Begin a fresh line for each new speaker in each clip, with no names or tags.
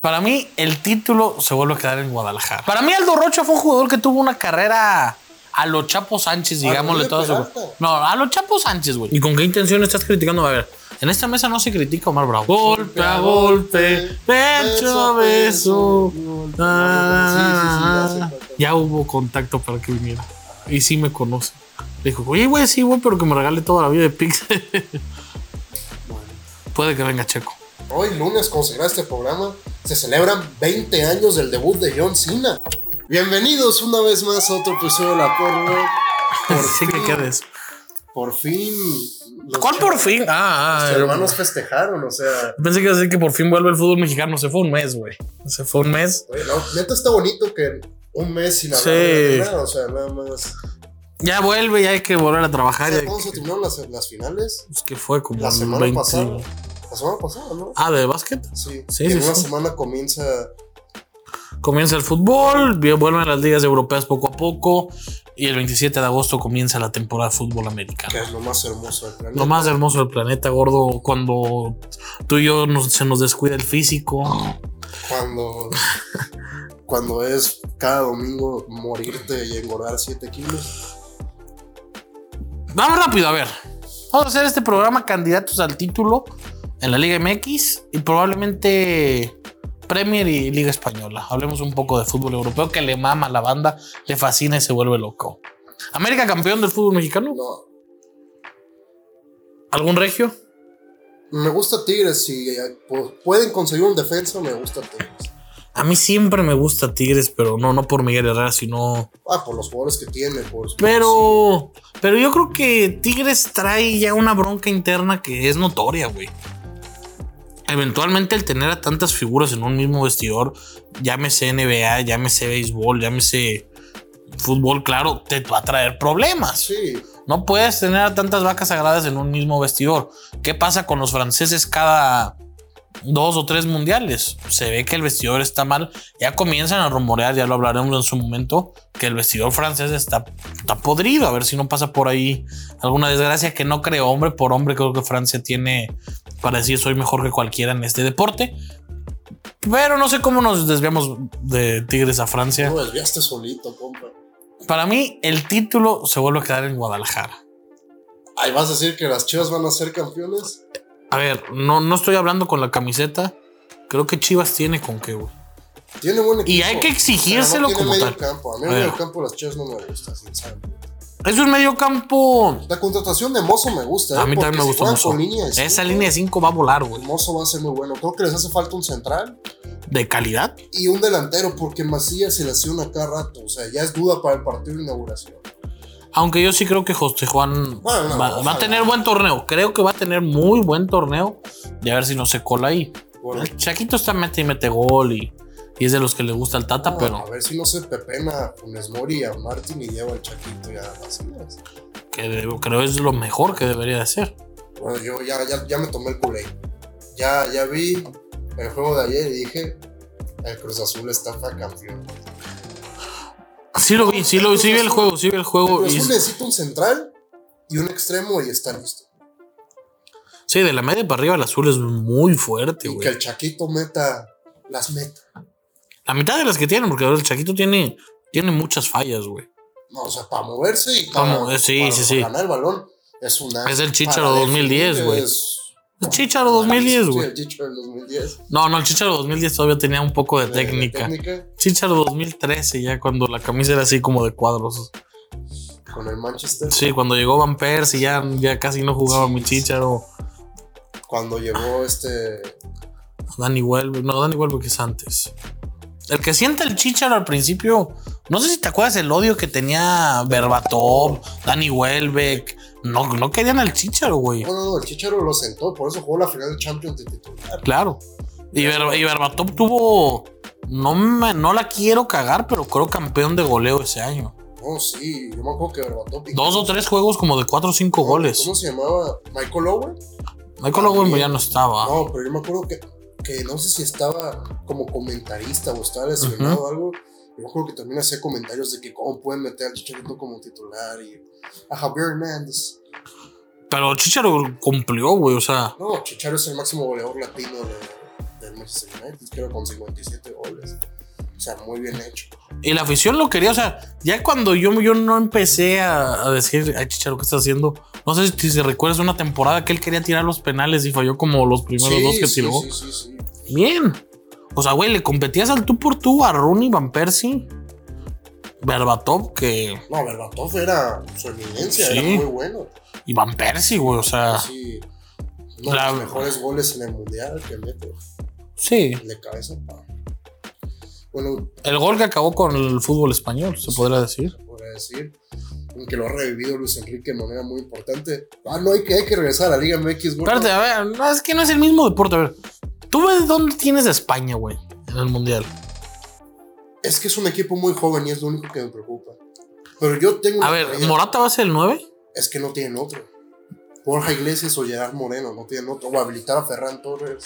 Para mí, el título se vuelve a quedar en Guadalajara. Para mí, Aldo Rocha fue un jugador que tuvo una carrera a lo Chapo Sánchez, digámosle
Rodrigo
todo eso.
Peralta.
No, a lo Chapo Sánchez, güey. ¿Y con qué intención estás criticando? A ver, en esta mesa no se critica Omar Bravo. Golpe a golpe, pecho a beso.
golpe a
Ah,
golpe. Sí, sí, sí, ya sé cuál es.
ya hubo contacto para que viniera. Y sí me conoce. Le dijo, oye, güey, sí, güey, pero que me regale toda la vida de Pixel. Puede que venga Checo.
Hoy lunes, como se graba este programa, se celebran 20 años del debut de John Cena. Bienvenidos una vez más a otro episodio de la porno. Por
Así que
fin,
quedes.
Por fin. los
¿Cuál por fin? Ah,
Los
ah,
hermanos festejaron, o sea.
Pensé que iba a decir que por fin vuelve el fútbol mexicano. Se fue un mes, güey. Se fue un mes.
Oye, la neta está bonito que un mes sin hablar
Sí.
de nada, o sea, nada más.
Ya vuelve, ya hay que volver a
O
trabajar.
sea,
ya
¿Cuándo se
que,
terminaron las, las finales?
pues, que fue como
La
el
semana
20.
pasada. La semana pasada, ¿no?
Ah, de básquet.
Sí.
Sí,
Y en
sí,
una
sí.
semana comienza.
Comienza el fútbol, vi- vuelven las ligas europeas poco a poco. Y el 27 de agosto comienza la temporada de fútbol americano.
Que es lo más hermoso del planeta.
Lo más hermoso del planeta, gordo, cuando tú y yo nos- se nos descuida el físico.
Cuando. cuando es cada domingo morirte y engordar 7 kilos.
Vamos rápido, a ver. Vamos a hacer este programa candidatos al título en la Liga MX y probablemente Premier y Liga Española. Hablemos un poco de fútbol europeo que le mama a la banda, le fascina y se vuelve loco. América campeón del fútbol mexicano.
No.
¿Algún regio?
Me gusta Tigres. Si eh, pu- pueden conseguir un defensa, me gusta Tigres.
A mí siempre me gusta Tigres, pero no, no por Miguel Herrera, sino
Ah, por los jugadores que tiene, por su-
Pero, pero yo creo que Tigres trae ya una bronca interna que es notoria, güey. Eventualmente el tener a tantas figuras en un mismo vestidor, llámese NBA, llámese béisbol, llámese fútbol, claro, te va a traer problemas.
Sí.
No puedes tener a tantas vacas sagradas en un mismo vestidor. ¿Qué pasa con los franceses cada dos o tres mundiales? Se ve que el vestidor está mal. Ya comienzan a rumorear, ya lo hablaremos en su momento, que el vestidor francés está, está podrido. A ver si no pasa por ahí alguna desgracia que no creo. Hombre por hombre, creo que Francia tiene para decir soy mejor que cualquiera en este deporte. Pero no sé cómo nos desviamos de Tigres a Francia.
No desviaste solito, compa.
Para mí, el título se vuelve a quedar en Guadalajara.
Ahí vas a decir que las Chivas van a ser campeones.
A ver, no, no estoy hablando con la camiseta. Creo que Chivas tiene con qué, güey.
Tiene buen equipo.
hay que exigírselo
pero no tiene
como
medio
tal.
campo. A mí
A
el medio
ver.
campo de las Chivas no me gusta, sinceramente.
Es un medio campo.
La contratación de Mozo me gusta.
A mí
¿eh? Porque
también me
si
gusta
juegan
mucho.
con línea de
Esa
cinco,
línea de 5 va a volar, güey.
Mozo va a ser muy bueno. Creo que les hace falta un central
De calidad.
y un delantero porque Macías se lesiona cada rato. O sea, ya es duda para el partido de inauguración.
Aunque yo sí creo que José Juan
Bueno, no,
va, va a
ojalá.
tener buen torneo. Creo que va a tener muy buen torneo. Y a ver si no se cola ahí.
Bueno,
El Chaquito está mete y mete gol y, y es de los que le gusta el Tata,
no,
pero
a ver si no se pepena a Funes Mori, a Martín y lleva al Chaquito y a Macías.
que de- creo es lo mejor que debería de hacer.
Bueno, yo ya, ya, ya me tomé el culé. Ya, ya vi el juego de ayer y dije, el Cruz Azul está para campeón.
Sí lo vi, sí lo vi, sí vi el juego, sí vi el
El
juego.
Cruz
Oh, y-
Azul necesita un central y un extremo y está listo.
sí, de la media para arriba el azul es muy fuerte,
y
güey.
que el Chaquito meta las metas.
La mitad de las que tienen, porque el Chaquito tiene, tiene muchas fallas, güey.
No, o sea, para moverse y
Pa'
para,
mover- sí,
para
sí, sí.
ganar el balón. Es una.
Es el Chícharo
para
2010,
definir
güey.
es-
El Chícharo 2010, güey.
Sí, el Chicharo 2010.
No, no, el Chicharo 2010 todavía tenía un poco de
Eh,
técnica. Chicharo 2013, ya cuando la camisa era así como de cuadros.
Con el Manchester.
Sí, cuando llegó Van Persie ya, ya casi no jugaba
Sí,
mi
sí.
Chicharo.
Cuando llegó este.
Dani Welbeck, no, Dani Welbeck es antes. El que siente el Chicharo al principio, no sé si te acuerdas el odio que tenía Berbatov, Dani Welbeck. No, no querían al Chicharo, güey.
No, no, no, el Chicharo lo sentó, por eso jugó la final del Champions de titular.
Claro. Y, Ber- y Berbatov tuvo. No, me- no la quiero cagar, pero creo campeón de goleo ese año.
No, sí, yo me acuerdo que Berbatov.
Dos o tres juegos como de cuatro o cinco goles.
¿Cómo se llamaba? ¿Michael Owen?
Michael Owen ya no estaba.
No, pero yo me acuerdo que, que no sé si estaba como comentarista o estaba lesionado o algo. Yo me acuerdo que también hacía comentarios de que cómo pueden meter al Chicharito como titular y a Javier Hernández.
Pero Chicharo cumplió, güey. O sea,
No, Chicharo es el máximo goleador latino de, del Manchester United, creo con 57 goles. O sea, muy bien hecho.
Y la afición lo quería, o sea, ya cuando yo, yo no empecé a, a decir, ay, Chicharo, ¿qué estás haciendo? No sé si se recuerdas una temporada que él quería tirar los penales y falló como los primeros
Sí,
dos que
sí,
tiró.
sí, sí, sí.
Bien. O sea, güey, le competías al tú por tú a Rooney, Van Persie, Berbatov, que.
No, Berbatov era su eminencia, era
Sí. Ah.
muy bueno.
Y Van Persie, güey, o sea.
Sí. Uno
La-
de los mejores goles en el mundial que mete
Sí.
de cabeza. pa. Bueno,
El gol que acabó con el fútbol español, se podría decir.
podría decir. Aunque lo ha revivido Luis Enrique de manera muy importante. Ah, no, hay que, hay que regresar a la Liga MX, güey.
Espérate, a ver, no, es que no es el mismo deporte. A ver, ¿tú ves dónde tienes a España, güey? En el mundial.
Es que es un equipo muy joven y es lo único que me preocupa. Pero yo tengo. una
A ver,
teoría.
¿Morata va a ser el 9?
Es que no tienen otro. Borja Iglesias o Gerard Moreno no tienen otro. O habilitar a Ferran Torres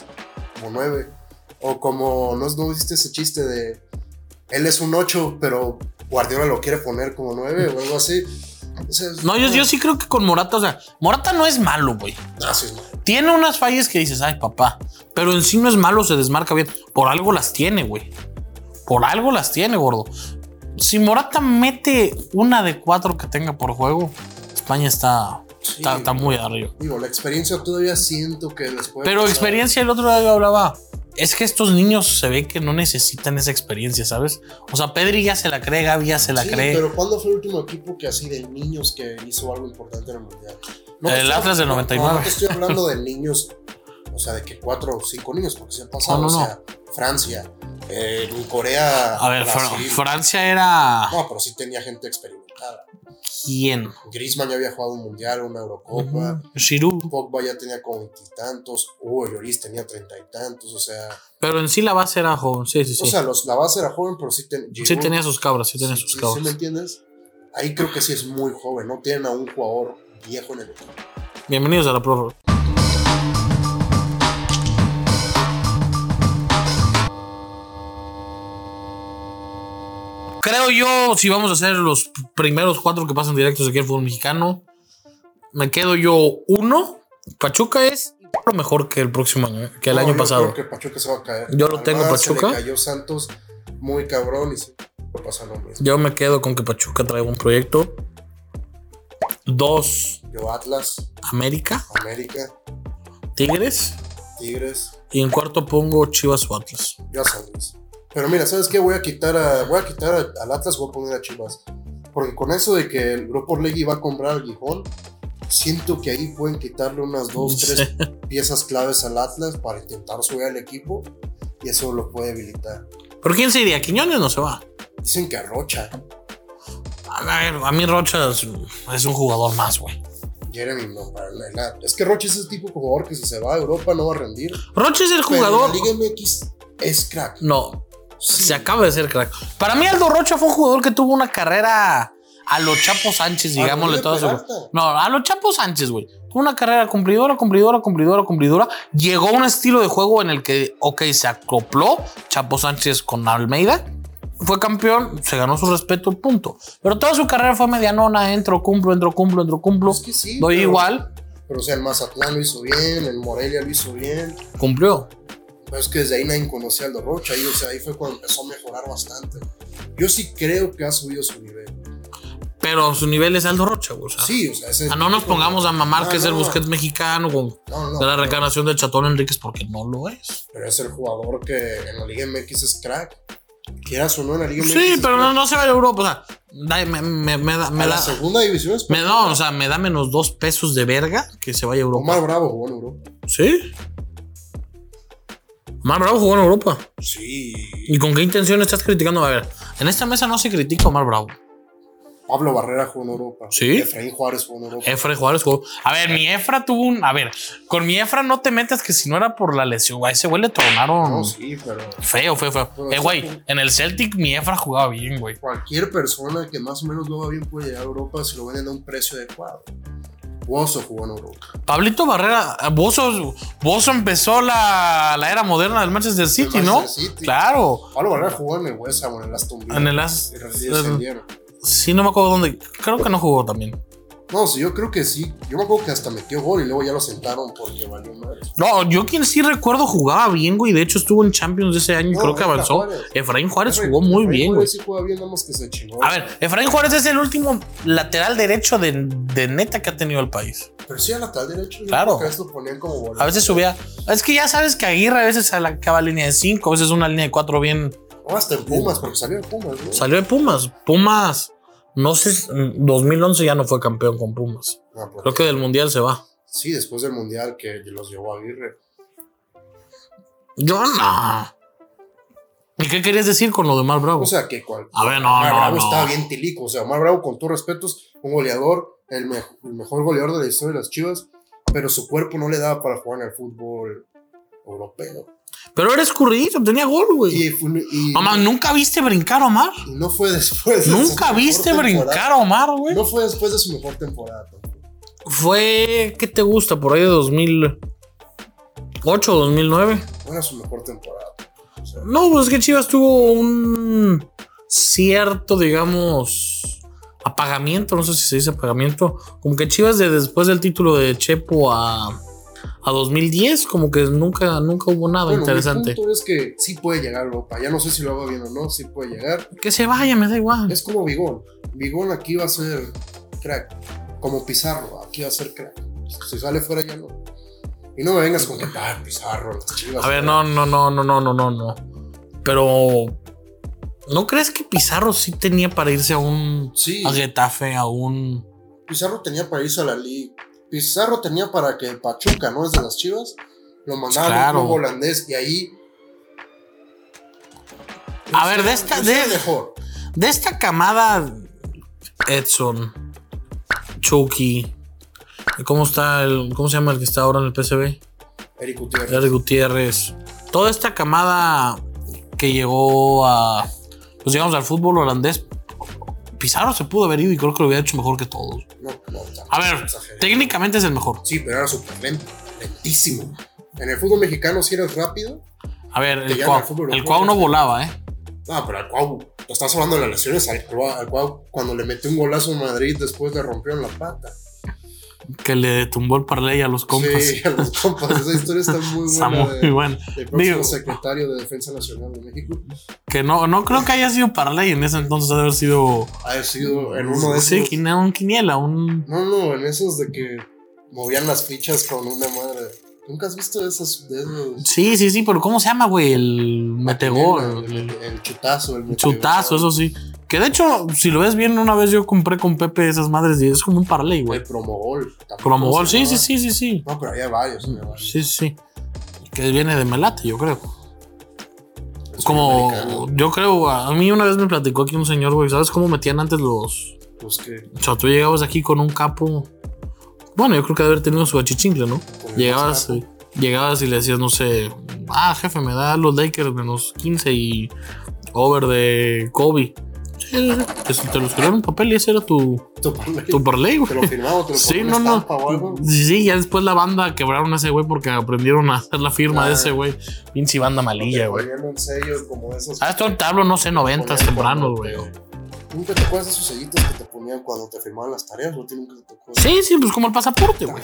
como nueve. O como. ¿No, no viste ese chiste de. Él es un 8, pero Guardiola lo quiere poner como 9 o algo así. O sea, es-
No, yo, yo sí creo que con Morata, o sea, Morata no es malo, güey.
Ah, sí, es malo.
Tiene unas fallas que dices, ay, papá. Pero en sí no es malo, se desmarca bien. Por algo las tiene, güey. Por algo las tiene, gordo. Si Morata mete una de cuatro que tenga por juego, España está,
Sí.
está, está muy arriba.
Digo, la experiencia todavía siento que les puede.
Pero
pasar.
experiencia, el otro día yo hablaba. Es que estos niños se ve que no necesitan esa experiencia, ¿sabes? O sea, Pedri ya se la cree, Gaby ya se la
Sí,
cree.
Pero ¿cuándo fue el último equipo que así de niños que hizo algo importante en el mundial?
El
te estoy-
Atlas del
no,
99.
No, te estoy hablando de niños, o sea, de que cuatro o cinco niños, porque se han pasado.
No, no,
o sea, Francia, eh, en Corea.
A ver, Fra-
Brasil.
Francia era.
No, pero sí tenía gente experimentada.
¿Quién?
Griezmann ya había jugado un mundial, una Eurocopa.
Giroud.
Pogba ya tenía como veintitantos. Hugo Lloris tenía treinta y tantos. O sea,
Pero en sí la base era joven. Sí, sí, sí.
o sea los, la base era joven, pero sí, ten-
sí
Giroud-
tenía sus cabras, sí tenía
Sí,
sus
sí,
cabras.
sí, me entiendes? Ahí creo que sí es muy joven, no tienen a un jugador viejo en el equipo.
Bienvenidos a la prórroga. Creo yo, si vamos a hacer los primeros cuatro que pasan directos aquí al fútbol mexicano, me quedo yo uno. Pachuca es lo mejor que el próximo año, que el
No,
año
yo
pasado.
Creo que Pachuca se va a caer.
Yo lo
Al
tengo,
Barça
Pachuca.
Le cayó Santos muy cabrón y se pasa lo mismo.
Yo me quedo con que Pachuca trae un proyecto. Dos,
Yo Atlas,
América,
América,
Tigres.
Tigres,
Y en cuarto pongo Chivas o Atlas.
yo a San Luis. Pero mira, ¿sabes qué? Voy a quitar a, voy a quitar a- al Atlas, voy a poner a Chivas. Porque con eso de que el grupo Legui va a comprar al Gijón, siento que ahí pueden quitarle unas dos,
Sí.
tres piezas claves al Atlas para intentar subir al equipo y eso lo puede debilitar.
¿Por quién se iría? Quiñones no se va.
Dicen que a Rocha,
A ver, a mí Rocha es, es un jugador más, güey.
Jeremy no, para la- la- Es que Rocha es el tipo de jugador que si se va a Europa no va a rendir.
Rocha es el
Pero
jugador.
en la Liga MX es crack.
No,
Sí.
se acaba de ser crack. Para mí, Aldo Rocha fue un jugador que tuvo una carrera a los Chapo Sánchez,
Ah,
digámosle toda
Rodrigo
su.
Peralta.
No, a los Chapo Sánchez, güey. Tuvo una carrera cumplidora, cumplidora, cumplidora, cumplidora. Llegó a un estilo de juego en el que, ok, se acopló Chapo Sánchez con Almeida. Fue campeón, se ganó su respeto, punto. Pero toda su carrera fue medianona, entro, cumplo, entro, cumplo, entro, cumplo.
Es que sí,
Doy
pero-
igual,
Pero o sea, el Mazatlán lo hizo bien, el Morelia lo hizo bien.
cumplió.
Pero es que desde ahí nadie conocía a Aldo Rocha. Y, o sea, ahí fue cuando empezó a mejorar bastante. Yo sí creo que ha subido su nivel.
Pero su nivel es Aldo Rocha, güey. o sea.
Sí, o sea, ese
Ah, no nos pongamos a mamar
No,
que es el
no, no.
Busquets mexicano con
No, no,
de la
no,
reencarnación del Chatón Enríquez porque no lo es.
Pero es el jugador que en la Liga MX es crack. Quieras o no en la Liga MX.
Sí,
es
pero no,
crack.
no se va a Europa. O sea, da- me, me- me da, me
A la
da-
segunda división es
me da- o sea, me da menos dos pesos de verga que se vaya a Europa.
Omar Bravo jugó en Europa.
¿Sí? Omar Bravo jugó en Europa.
Sí.
¿Y con qué intención estás criticando? A ver, en esta mesa no se critica a Omar Bravo.
Pablo Barrera jugó en Europa.
Sí. Eh,
Efraín Juárez jugó en Europa.
Efra Juárez jugó. A ver, mi Efra tuvo un. A ver, con mi Efra no te metas que si no era por la lesión. A ese güey le tronaron.
No, sí, pero
Feo, feo, feo.
Pero
Eh,
sí,
güey,
sí.
en el Celtic mi Efra jugaba bien, güey.
cualquier persona que más o menos lo va bien puede llegar a Europa si lo venden a un precio adecuado. Bozo jugó en Europa.
Pablito Barrera, eh, Bozo, Bozo empezó la, la era moderna del Manchester City, ¿no?
Manchester City.
Claro.
Pablo Barrera jugó en el West Ham, en el Aston Villa.
En el As-
Y recién descendieron.
Sí, no me acuerdo dónde. Creo que no jugó también.
No, sí, yo creo que sí. Yo me acuerdo que hasta metió gol y luego ya lo sentaron porque valió madre.
No, yo quien sí recuerdo jugaba bien, güey. De hecho, estuvo en Champions ese año y
No,
creo que
Efraín
avanzó.
Juárez.
Efraín Juárez
Efraín-
jugó muy
Efraín
bien, güey.
Juárez sí juega bien, nada más que se chingó.
A ver, Efraín Juárez es el último lateral derecho de, de neta que ha tenido el país.
Pero sí, a lateral derecho. yo
Claro.
creo que A veces lo ponían como volante.
A veces subía. Es que ya sabes que Aguirre a veces acaba línea de 5, a veces una línea de 4 bien.
O hasta en Pumas, porque salió en Pumas, ¿no?
Salió de Pumas. Pumas, no sé, si- 2011 ya no fue campeón con Pumas.
Ah, porque-
Creo que del Mundial se va.
Sí, después del Mundial que los llevó a Aguirre.
Yo no. ¿Y qué querías decir con lo de Mar Bravo?
O sea, que cual.
a ver, no,
Omar
no,
Bravo
no.
estaba bien tilico. O sea, Omar Bravo, con todos respetos, un goleador, el, mej- el mejor goleador de la historia de las Chivas, pero su cuerpo no le daba para jugar en el fútbol europeo.
Pero era escurridizo, tenía gol, güey.
Y, fue un- y-
Mamá, ¿nunca viste brincar a Omar?
y no fue después. de su
¿Nunca
mejor
viste
temporada.
brincar a Omar, güey?
No fue después de su mejor temporada. tampoco.
Fue, ¿qué te gusta? Por ahí de 2008 o 2009.
No era su mejor temporada. O sea,
No, pues es que Chivas tuvo un cierto, digamos, apagamiento, no sé si se dice apagamiento, como que Chivas de después del título de Chepo a, a 2010, como que nunca, nunca hubo nada
bueno,
interesante.
Mi punto es que sí puede llegar a Europa. Ya no sé si lo hago bien o no, sí puede llegar.
Que se vaya, me da igual.
Es como Vigón. Vigón aquí va a ser crack. Como Pizarro, aquí va a ser crack. Si sale fuera ya no. Y no me vengas con que, ah, Pizarro, las chivas.
A ver, no, no, no, no, no, no, no, no. Pero, ¿no crees que Pizarro sí tenía para irse a un...
Sí,
A Getafe, a un...
Pizarro tenía para irse a la liga. Pizarro tenía para que Pachuca, ¿no? Es de las chivas. Lo mandaban
Claro.
a un club holandés y ahí.
A ver, de esta-
Pizarro
de-
mejor.
De esta camada, Edson, Chucky, ¿cómo está el, cómo se llama el que está ahora en el PCB?
Eric Gutiérrez.
Eric Gutiérrez. Toda esta camada que llegó a, pues llegamos al fútbol holandés, Pizarro se pudo haber ido y creo que lo hubiera hecho mejor que todos.
No, no, o sea,
A ver,
exageré.
técnicamente es el mejor.
Sí, pero era súper lento, lentísimo. En el fútbol mexicano, si eres rápido.
A ver,
Te
el
llama
Cuau,
al fútbol,
el
¿no?
Cuau no volaba, ¿eh?
Ah, pero al Cuau, lo estás hablando de las lesiones al Cuau, al Cuau, cuando le metió un golazo en Madrid, después le rompieron la pata.
Que le tumbó el parlay a los compas.
Sí, a los compas. Esa historia está muy
Está
buena.
muy
de-
bueno.
del próximo
Digo-
secretario de Defensa Nacional de México
Que no, no creo que haya sido parlay en ese entonces, ha de haber sido
ha sido en uno de
Mm, Sí,
esos.
quine- un quiniela, un.
No, no, en esos de que movían las fichas con una madre. ¿Nunca has visto esos? De esos
Sí, sí, sí, pero ¿cómo se llama, güey? El metegol,
El,
el
el chutazo, el metegol.
chutazo, eso sí. Que de hecho, si lo ves bien, una vez yo compré con Pepe esas madres y es como un parlay, güey.
El promogol. también,
Promogol,
¿cómo
sí,
se
sí,
llamaba?
sí, sí, sí.
No, pero había varios. había varios.
Sí, sí. Que viene de Melate, yo creo.
El
Como,
sudamericano,
yo creo, a mí una vez me platicó aquí un señor, güey, ¿sabes cómo metían antes los.
Pues que.
O sea, tú llegabas aquí con un capo. Bueno, yo creo que ha de haber tenido su achichincle, ¿no?
con el
Llegabas,
Mazatlán,
llegabas y le decías, no sé, ah, jefe, me da los Lakers menos 15 y over de Kobe. Sí, sí, sí. Te- Te lo escribieron en un papel y ese era tu,
tu parlay,
tu parlay,
Te
güey.
lo firmaba, te lo
Sí,
ponía
no,
en
no.
estampa o algo.
Sí, sí, ya después la banda quebraron a ese güey porque aprendieron a hacer la firma de
Ah.
ese güey. Pinche banda
Te
malilla, güey.
ponían un sello como de esos.
Ah, esto te hablo, no sé, 90
ponían cuando
tempranos, güey.
te- ¿Nunca te acuerdas de esos sellitos que te ponían cuando te firmaban las tareas? ¿No nunca te tocó?
Sí, sí, pues como el pasaporte, güey.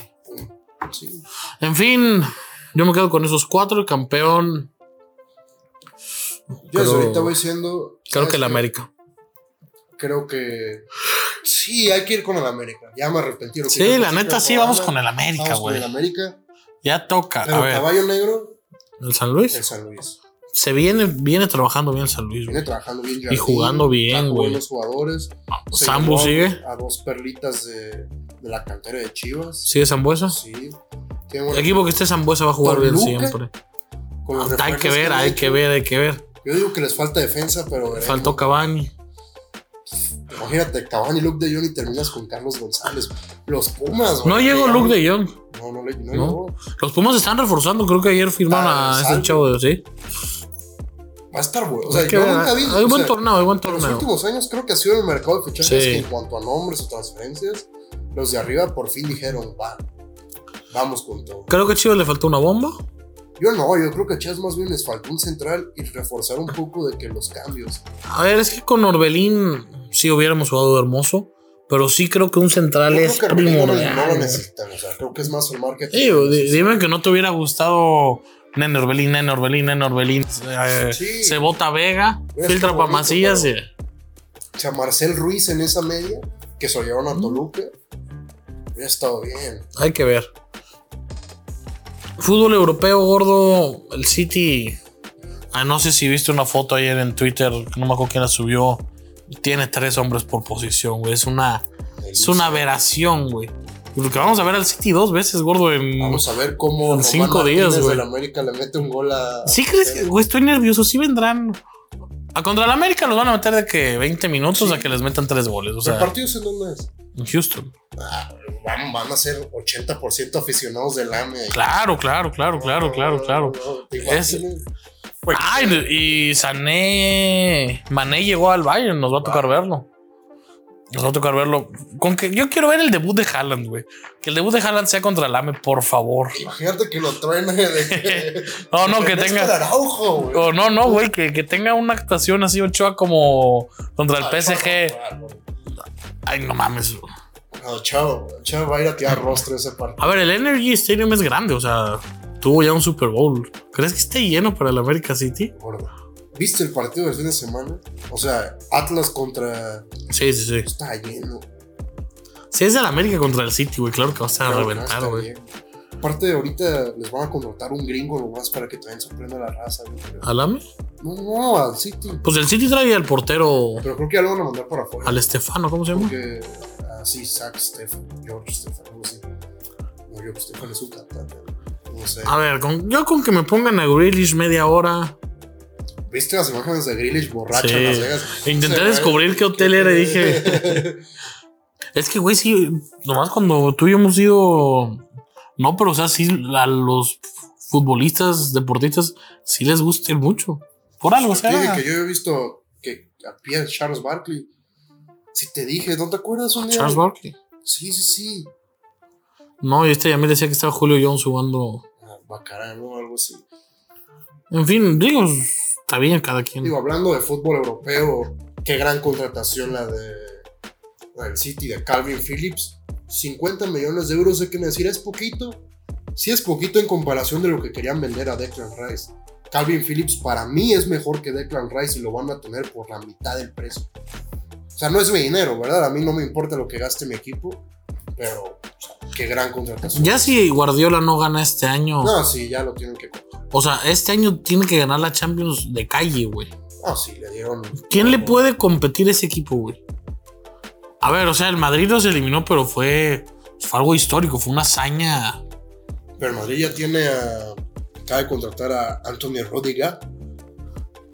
Sí.
En fin, yo me quedo con esos cuatro, el campeón,
Yo desde
Creo-
ahorita voy siendo.
creo
¿sabes
que el
qué?
América.
Creo que. Sí, hay que ir con el América. Ya me arrepentí. lo Pues que dije
Sí,
al
la
principio
neta,
del
sí, vamos
programa.
con el América,
Vamos con
güey.
el América.
Ya toca.
Pero
a ver,
Caballo Negro,
el San Luis.
el San Luis.
Se viene, viene trabajando bien el San Luis, güey.
Viene trabajando bien.
Y jugando bien,
trajo
güey.
buenos jugadores. Se
Sambu
llevó
sigue.
A dos perlitas de, de la cantera de Chivas.
Sigue Zambuesa.
Sí. Tiene
El
buena-
equipo que esté Zambuesa va a jugar bien
Toluca.
siempre.
con los
Hay que
refuerzos
ver,
han
hay
hecho.
que ver, hay que ver.
Yo digo que les falta defensa, pero. veremos.
Faltó Cavani.
Imagínate, Cavani, Luke de Jong y terminas con Carlos González. Los Pumas, güey.
No llegó Luke de Jong.
No, no, le- no
¿No?
llegó.
Los Pumas se están reforzando. Creo que ayer firmaron
Ah,
a ese
Salvo.
chavo de sí.
Va a estar, güey. O sea,
Hay que
yo
ver.
nunca vi.
Hay
o
buen
sea,
torneo, hay buen
En los
torneo.
últimos años creo que ha sido el mercado de fichajes
Sí.
que en cuanto a nombres o transferencias, los de arriba por fin dijeron, va, vamos con todo.
Creo que a Chivas le faltó una bomba.
Yo no, yo creo que a Chivas más bien les faltó un central y reforzar un poco de que los cambios.
A ver, es que con Orbelín sí hubiéramos jugado hermoso. Pero sí creo que un central
Yo
es
creo que Rodrigo no,
primordial.
no lo
güey.
necesitan, o sea, creo que es más el marketing.
Sí, o di- dime que no te hubiera gustado Nene Orbelín, Nene Orbelín, Nene Orbelín. eh,
Sí.
Se bota Vega,
Es
filtra
bonito,
para Macías.
pero-
y-
O sea, Marcel Ruiz en esa media, que se lo llevaron a Toluca, hubiera estado bien.
Hay que ver. Fútbol europeo gordo, el City. Ah, no sé si viste una foto ayer en Twitter, no me acuerdo quién la subió. Tiene tres hombres por posición, güey. Es una, es una aberración, güey. Porque vamos a ver al City dos veces, gordo. en-
Vamos a ver cómo
En
Román
cinco
Martínez
días, güey.
del América le mete un gol a.
¿Sí crees que, güey, estoy nervioso? Sí vendrán. A contra el América los van a meter de que 20 minutos
Sí.
a que les metan tres goles. O
¿El
sea,
partido es en dónde es?
en Houston.
Ah, van, van a ser 80% aficionados del AME. ahí.
Claro, claro, claro, claro,
No,
claro,
no,
claro.
no, ¿te
Es-
imaginas?
Ay, y Sané, Mané llegó al Bayern, nos va a tocar verlo. Nos va a tocar verlo. Con que yo quiero ver el debut de Haaland, güey. Que el debut de Haaland sea contra el AME, por favor.
Imagínate que lo traen de que.
Oh, No, no, que
Ernesto
tenga.
Araujo, güey.
o no, no, güey, que, que tenga una actuación así Ochoa como contra el
Ah,
PSG.
Chavo,
Ay, no mames.
No, chavo, chavo va a ir a tirar rostro ese partido.
A ver, el Energy Stadium es grande, o sea, tuvo ya un Super Bowl. ¿Crees que esté lleno para el America City?
gordo. ¿Viste el partido del fin de semana? O sea, Atlas contra.
Sí, sí, sí.
Está lleno.
Si es el América contra el City, güey, claro que va a estar a
Claro,
reventar,
está
güey.
bien. Aparte de ahorita les van a contratar un gringo nomás para que también sorprenda a la raza. güey.
¿Al AME?
No, no, al City.
Pues el City trae al portero,
Pero creo que ya lo van a mandar para afuera.
al Estefano, ¿cómo se llama?
Porque ah, así, Zach Stefan, George Stefan, algo así. No, George Stefan es un cantante. No sé.
A ver, con- yo con que me pongan a Grealish media hora.
¿Viste las imágenes de Grealish borracho
Sí.
en Las Vegas?
Intenté
Se ve-
descubrir qué hotel era y dije- Es que, güey, sí, nomás cuando tú y yo hemos ido. No, pero o sea, sí, a los futbolistas, deportistas, sí les gusta ir mucho. Por algo, o
Te dije
sea.
que yo he visto que a pie Charles Barkley. Si te dije, ¿no te acuerdas un día?
Charles Barkley.
Sí, sí, sí.
No, y este ya me decía que estaba Julio Jones jugando.
Ah, Bacarano o algo así.
En fin, digo, está bien cada quien.
Digo, hablando de fútbol europeo, qué gran contratación la de la del City de Calvin Phillips. 50 millones de euros, hay que decir, es poquito. Sí es poquito en comparación de lo que querían vender a Declan Rice. Calvin Phillips para mí es mejor que Declan Rice y lo van a tener por la mitad del precio. O sea, no es mi dinero, ¿verdad? A mí no me importa lo que gaste mi equipo, pero o sea, qué gran contratación.
Ya si Guardiola no gana este año.
No, sí, ya lo tienen que... comprar.
O sea, este año tiene que ganar la Champions de calle, güey.
No, sí, le dieron...
¿Quién le puede competir a ese equipo, güey? A ver, o sea, el Madrid los eliminó, pero fue, fue algo histórico, fue una hazaña.
Pero Madrid ya tiene a. Acaba de contratar a Antonio Rodiga.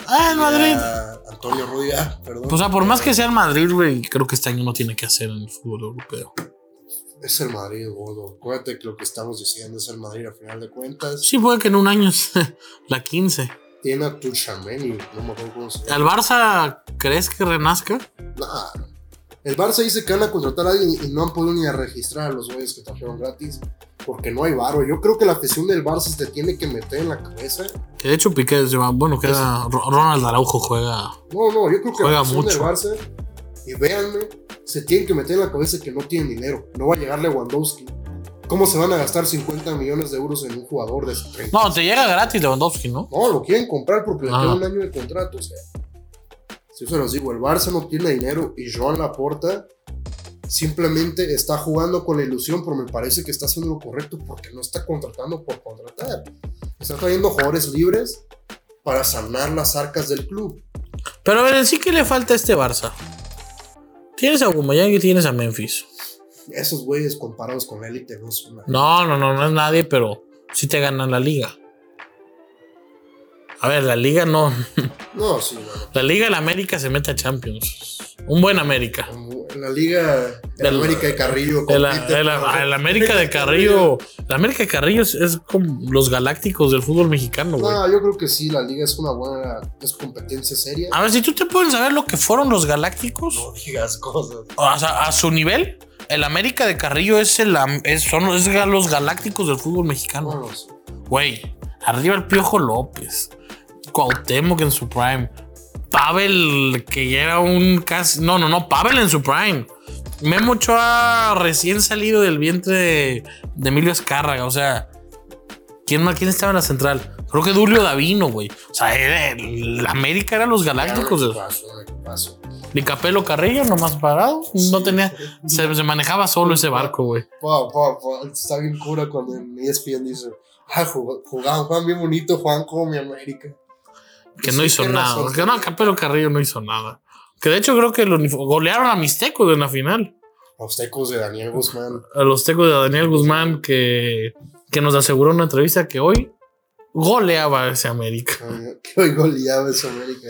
Ah, el Madrid. Pues,
A Antonio Rodiga, perdón.
O sea, por más que sea el Madrid, güey, creo que este año no tiene que hacer en el fútbol europeo.
Es el Madrid, gordo. Acuérdate que lo que estamos diciendo es el Madrid al final de cuentas.
Sí, puede que en un año es la 15.
Tiene a Tuchameni, no me acuerdo cómo se llama.
¿Al Barça crees que renazca?
Nah. El Barça dice que van a contratar a alguien y no han podido ni a registrar a los güeyes que trajeron gratis. Porque no hay varo. Yo creo que la afición del Barça se te tiene que meter en la cabeza.
Que de hecho Piqué se va. Bueno, queda. Ro- Ronald Araujo juega.
No, no, yo creo que
Juega
la afición del
mucho.
Barça, y véanme, se tienen que meter en la cabeza que no tienen dinero. No va a llegar Lewandowski. ¿Cómo se van a gastar 50 millones de euros en un jugador de esos 30?
No, te llega gratis Lewandowski, ¿no?
No, lo quieren comprar porque le
Ah.
queda un año de contrato. O sea, si se los digo, el Barça no tiene dinero y Joan Laporta simplemente está jugando con la ilusión, pero me parece que está haciendo lo correcto porque no está contratando por contratar. Está trayendo jugadores libres para sanar las arcas del club.
Pero a ver, ¿en sí que le falta a este Barça? Tienes a Gumayang y tienes a Memphis.
Esos güeyes comparados con la élite no son nada.
No, no, no, no es nadie, pero sí te ganan la liga. A ver, la liga no.
No, sí, no.
La liga, el América se mete a Champions. Un buen América.
Como En la liga el
Del-
América de Carrillo.
El,
compite,
el-
pero-
el América de Carrillo. La América de Carrillo es, es como los galácticos del fútbol mexicano, güey.
No, yo creo que sí, la liga es una buena es competencia seria.
A ver, si tú te puedes saber lo que fueron los galácticos,
No digas cosas.
o sea, a su nivel, el América de Carrillo es el am- es- son es ga- los galácticos del fútbol mexicano.
No, no sé.
Güey, arriba el Piojo López, Cuauhtémoc en su prime, Pavel que ya era un casi... No, no, no, Pavel en su prime, Memo Ochoa recién salido del vientre de, de Emilio Escárraga. O sea, ¿quién, más- ¿quién estaba en la central? Creo que Dulio Davino, güey. O sea, era el- la América era los galácticos.
Era un
güey.
equipazo, un equipazo.
Ni Capelo Carrillo, nomás parado. No
Sí.
tenía. Se, se manejaba solo ese barco, güey.
Wow, wow, wow. Está bien cura cuando en E ESPN dice, ah, jug- jugaban, jugaban bien bonito, jugaban como mi América.
Que
Y
no
sí,
hizo
qué
nada.
razón.
Que no, Capelo Carrillo no hizo nada. Que de hecho creo que lo unif- golearon a mis tecos en la final.
Los tecos de Daniel Guzmán.
A los tecos de Daniel Guzmán que, que nos aseguró en una entrevista que hoy goleaba ese América.
eh, Que hoy goleaba esa América.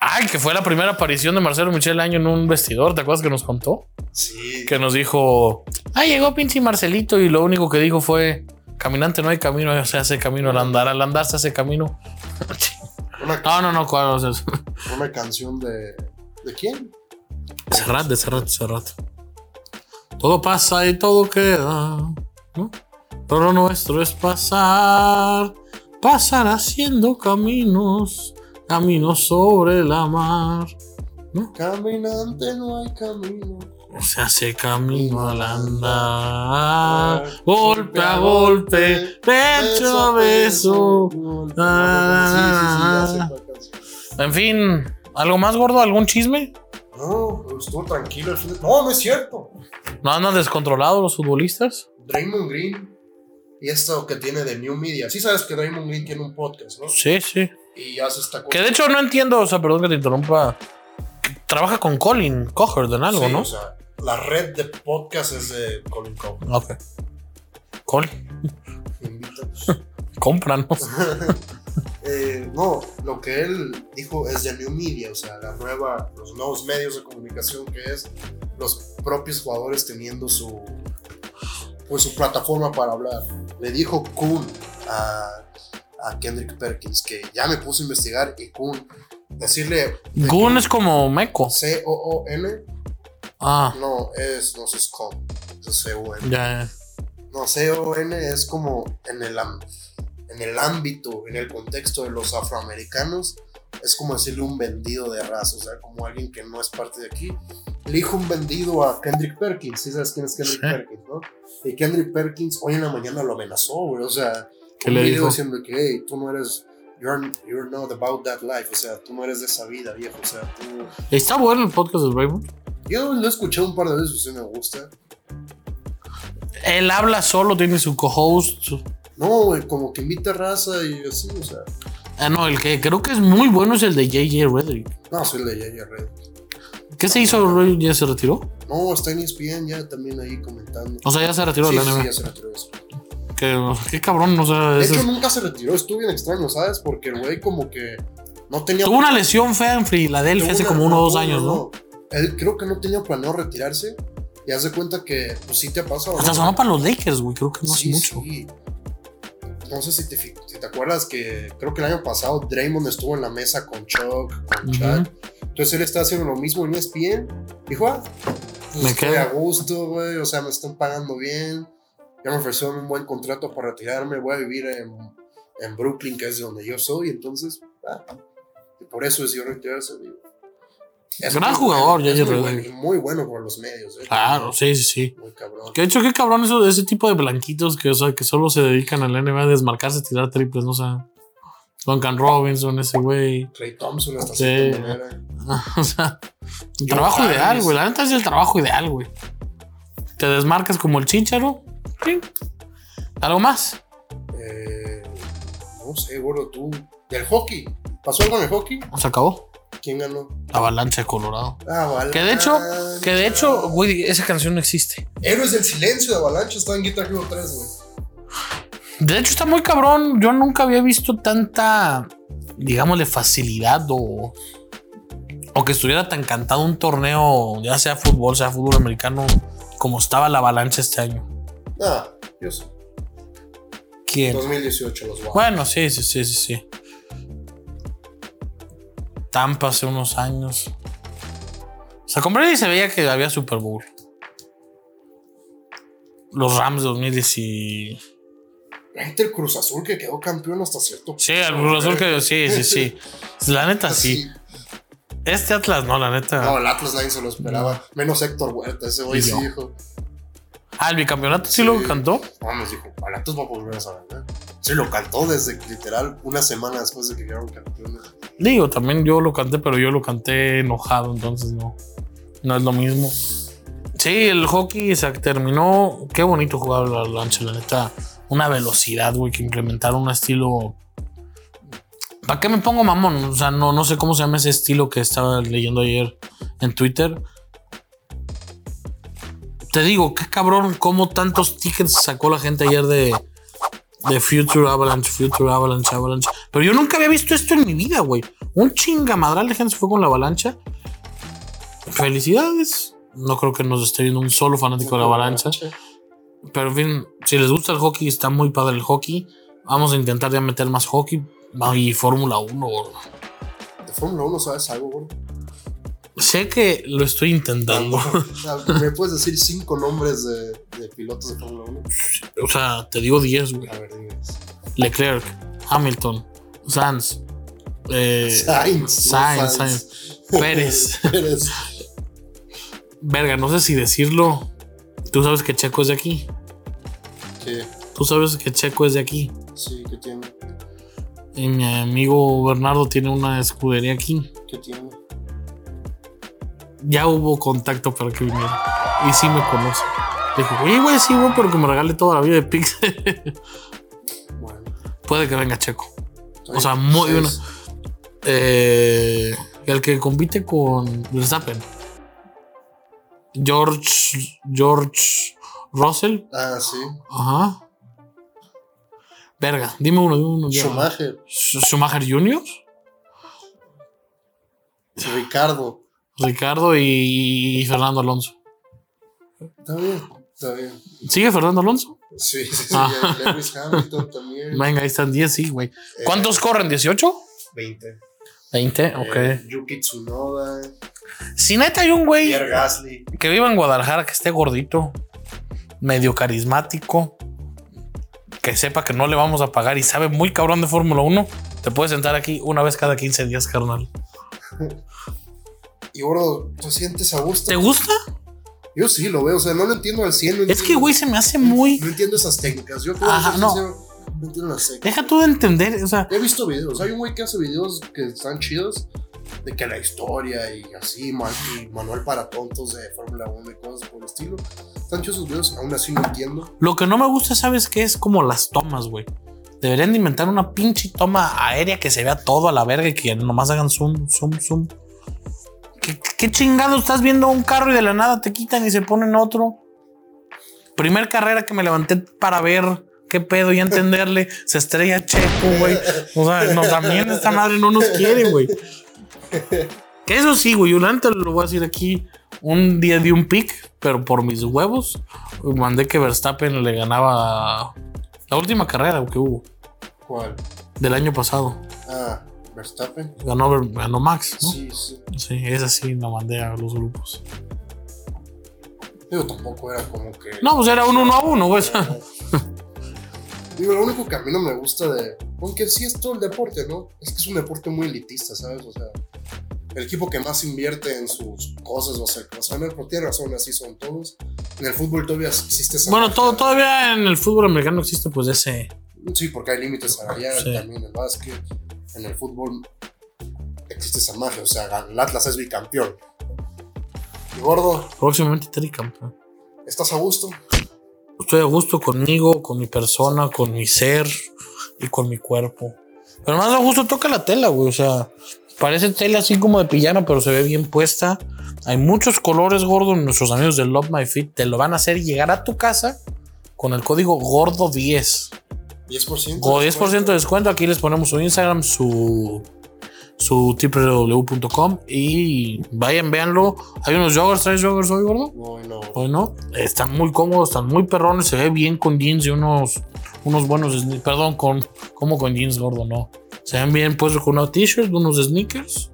Ay, que fue la primera aparición de Marcelo Michel Año en un vestidor, ¿te acuerdas que nos contó?
Sí.
Que nos dijo, ah, llegó pinche Marcelito y lo único que dijo fue, caminante no hay camino, se hace camino al andar, al andar se hace camino.
Una,
No, no, no, cuál, o sea,
una canción de. ¿De quién?
Serrat, de Serrat, Serrat. Todo pasa y todo queda, ¿no? Pero lo nuestro es pasar, pasar haciendo caminos, caminos sobre la mar.
Caminante no hay camino.
Se hace camino al andar, golpe a golpe, pecho a beso.
golpe
Ah.
a golpe. Sí, sí, sí, ya sé cuál canción.
En fin, ¿algo más gordo? ¿Algún chisme?
No, pues, estuvo tranquilo el fin de- No, no es cierto.
¿No andan descontrolados los futbolistas?
Draymond Green y esto que tiene de New Media. Sí sabes que Draymond Green tiene un podcast, ¿no?
Sí, sí.
Y hace esta cosa.
Que de hecho no entiendo, o sea, perdón que te interrumpa. que Trabaja con Colin Cochard en algo,
Sí,
¿no?
O sea, la red de podcast es de Colin Cowper.
Ok. Colin,
Invita. pues,
cómpranos.
Eh, no, lo que él dijo es de New Media, o sea, la nueva, los nuevos medios de comunicación que es los propios jugadores teniendo su pues su plataforma para hablar. Le dijo Kuhn a, a Kendrick Perkins que ya me puse a investigar y Kuhn decirle de
Gun es como meco.
C O O N
Ah,
no es no sé es Kuhn, es C O N.
ya, ya.
No, CON es como en el, am- en el ámbito, en el contexto de los afroamericanos, es como decirle un vendido de raza, o sea, como alguien que no es parte de aquí. Le dijo un vendido a Kendrick Perkins, si sabes quién es Kendrick
Sí.
Perkins, ¿no? Y Kendrick Perkins hoy en la mañana lo amenazó, güey, o sea,
¿Qué
un
le
video
dijo?
diciendo que, hey, tú no eres, you're, you're not about that life, o sea, tú no eres de esa vida, viejo, o sea, tú...
Está bueno el podcast del Raymond.
Yo lo escuché un par de veces, sí me gusta.
Él habla solo, tiene su co-host. su-
No, güey, como que invita raza y así, o sea...
Ah, no, el que creo que es muy bueno es el de J.J. Reddick.
No, soy el de Yaya Red.
¿Qué se hizo? Reddick? ¿Ya se retiró?
No, está en E ESPN ya también ahí comentando.
O sea, ya se retiró
sí,
de la
sí,
NBA.
ya se retiró. eso.
Que, qué cabrón, o sea,
De E
ese-
hecho, nunca se retiró. Estuvo bien extraño, ¿sabes? Porque el güey como que no tenía...
tuvo una lesión fea en Filadelfia
tuvo
hace
una-
como uno o dos
no,
años, ¿no?
Él creo que no tenía planeado retirarse. Y haz de cuenta que, pues sí te ha pasado.
Hasta
¿no?
sonó para los Lakers, güey, creo que no hace
sí,
mucho.
sí. No sé si te, fi- si te acuerdas que creo que el año pasado Draymond estuvo en la mesa con Chuck, con
Ujú.
Chad. Entonces él está haciendo lo mismo en E ESPN. Dijo, ah, pues
Me
estoy
quedo.
a gusto, güey. O sea, me están pagando bien. Ya me ofrecieron un buen contrato para retirarme. Voy a vivir en, en Brooklyn, que es donde yo soy. Entonces, ah, y por eso decidió retirarse. digo. Es
Gran
muy
jugador,
bueno, es
Yayo
muy
Rodríguez.
bueno, y Muy bueno por los medios. eh,
Claro, sí, sí, sí.
Muy cabrón.
Que de hecho, qué cabrón eso de ese tipo de blanquitos que, o sea, que solo se dedican a la NBA a desmarcarse, tirar triples, ¿no? O sea, Duncan Robinson, ese güey.
Clay Thompson hasta
Sí.
cierta manera.
o sea, el trabajo
Harris.
ideal, güey. La neta es el trabajo ideal, güey. Te desmarcas como el chícharo. Sí. ¿Algo más?
Eh, no sé, gordo, tú. Del hockey. ¿Pasó algo en el hockey?
Se acabó.
¿Quién ganó?
Avalancha de Colorado.
Ah, vale.
Que de hecho, que de hecho, güey, esa canción no existe.
Héroes del silencio de Avalanche está en Guitar Hero 3, güey.
De hecho, está muy cabrón. Yo nunca había visto tanta, digámosle, facilidad o, o que estuviera tan cantado un torneo, ya sea fútbol, sea fútbol americano, como estaba la avalancha este año.
Ah, yo sé.
¿Quién?
2018 los Wild.
Bueno, sí, sí, sí, sí, sí. Tampa hace unos años. O sea, con Brady se veía que había Super Bowl. Los Rams de 2010 y...
La gente del Cruz Azul que quedó campeón hasta cierto
Sí, al Cruz Azul que... Sí, sí, sí. La neta, sí. Este Atlas no, la neta.
No, el Atlas nadie se lo esperaba. Menos Héctor Huerta, ese güey
Y
sí
yo.
dijo.
Ah, el bicampeonato sí, lo
Sí.
cantó.
Vamos, dijo, el Atlas va a volver a esa ganar. Sí, lo cantó desde que, literal una semana después de que quedaron campeones.
Digo, también yo lo canté, pero yo lo canté enojado, entonces no. No es lo mismo. Sí, el hockey se terminó. Qué bonito jugaba la lancha, la neta. Una velocidad, güey, que implementaron un estilo. ¿Para qué me pongo mamón? O sea, no, no sé cómo se llama ese estilo que estaba leyendo ayer en Twitter. Te digo, qué cabrón, cómo tantos tickets sacó la gente ayer de, de Future Avalanche, Future Avalanche, Avalanche. Pero yo nunca había visto esto en mi vida, güey. Un chingamadral de gente se fue con la avalancha. Felicidades. No creo que nos esté viendo un solo fanático de la avalancha. Pero en fin, si les gusta el hockey, está muy padre el hockey. Vamos a intentar ya meter más hockey Va, y Fórmula 1. gordo.
De Fórmula 1 sabes algo, güey.
Sé que lo estoy intentando.
¿Me puedes decir cinco nombres de, de pilotos de Fórmula 1?
O sea, te digo 10, güey.
A ver, digas.
Leclerc, Hamilton, Sanz, eh,
Sainz. no
Sainz, Sainz, Pérez.
Pérez.
Verga, no sé si decirlo. Tú sabes que Checo es de aquí.
Que,
Tú sabes que Checo es de aquí.
sí, que tiene.
Y mi amigo Bernardo tiene una escudería aquí.
Que tiene.
Ya hubo contacto para que viniera. Y sí me conoce. Le Dijo, oye, güey, sí, güey, pero que me regale toda la vida de Pixel.
Bueno.
Puede que venga Checo.
O
sea, muy bueno. Eh, el que compite con Verstappen. George. George Russell.
Ah, sí.
Ajá. Verga, dime uno, dime uno. ya.
Schumacher,
Sch- Schumacher Jr.
Ricardo.
Ricardo y, y Fernando Alonso.
Está bien, está bien.
¿Sigue Fernando Alonso?
Sí, sí, sí.
Ah.
y Lewis Hamilton también.
Venga, ahí están 10, sí, güey.
Eh,
¿Cuántos corren? ¿18?
20.
20,
Eh, Yuki Tsunoda,
Si neta hay un güey
Pierre Gasly.
que viva en Guadalajara, que esté gordito, medio carismático, que sepa que no le vamos a pagar y sabe muy cabrón de Fórmula 1, te puedes sentar aquí una vez cada 15 días, carnal.
Y, bro, ¿te sientes a gusto?
¿Te gusta?
Yo sí lo veo, o sea, no lo entiendo al cielo.
Es que, güey, se me hace muy...
No entiendo esas técnicas. Yo,
Ajá,
Ajá,
no.
no. no entiendo las técnicas.
Deja tú de entender, o sea,
He visto videos. Hay un güey que hace videos que están chidos de que la historia y así, man- y manual para tontos de Fórmula 1 y cosas por el estilo. Están chidos sus videos, aún así no entiendo.
Lo que no me gusta, ¿sabes qué? Es como las tomas, güey. Deberían de inventar una pinche toma aérea que se vea todo a la verga y que nomás hagan zoom, zoom, zoom. ¿Qué, qué chingado estás viendo un carro y de la nada te quitan y se ponen otro? Primer carrera que me levanté para ver qué pedo y entenderle, se estrella Checo, güey. O sea, no, también esta madre no nos quiere, güey. Que eso sí, güey, yo la neta lo voy a decir aquí. Un día di un pick, pero por mis huevos mandé que Verstappen le ganaba la última carrera que hubo
¿Cuál?
del año pasado.
Ah, Verstappen.
Ganó, Ver- ganó Max, ¿no?
Sí, sí.
Sí, esa sí la mandé a los grupos.
Digo, tampoco era como que.
No, pues era un uno a uno, güey.
Digo, lo único que a mí no me gusta de. Aunque sí es todo el deporte, ¿no? Es que es un deporte muy elitista, ¿sabes? O sea, el equipo que más invierte en sus cosas, o sea, o sea, no, pero tiene razón, así son todos. En el fútbol todavía existe esa.
Bueno, todo,
magia.
todavía en el fútbol americano existe pues ese...
Sí, porque hay límites salariales
Sí.
también en el básquet, en el fútbol existe esa magia, o sea, el Atlas es bicampeón. Y gordo,
Próximamente tricampeón.
¿estás a gusto?
Estoy a gusto conmigo, con mi persona, con mi ser y con mi cuerpo. Pero más a gusto toca la tela, güey. O sea, parece tela así como de pijama, pero se ve bien puesta. Hay muchos colores, gordo. Nuestros amigos de Love My Fit te lo van a hacer llegar a tu casa con el código GORDO10.
10%.
O 10% de descuento. Aquí les ponemos su Instagram, su, su www.com y vayan, véanlo. Hay unos joggers, tres joggers hoy, gordo.
No, no.
Hoy no. Están muy cómodos, están muy perrones. Se ve bien con jeans y unos, unos buenos. sne- Perdón, con, como con jeans gordo, no. Se ven bien puestos con una t-shirt, unos sneakers.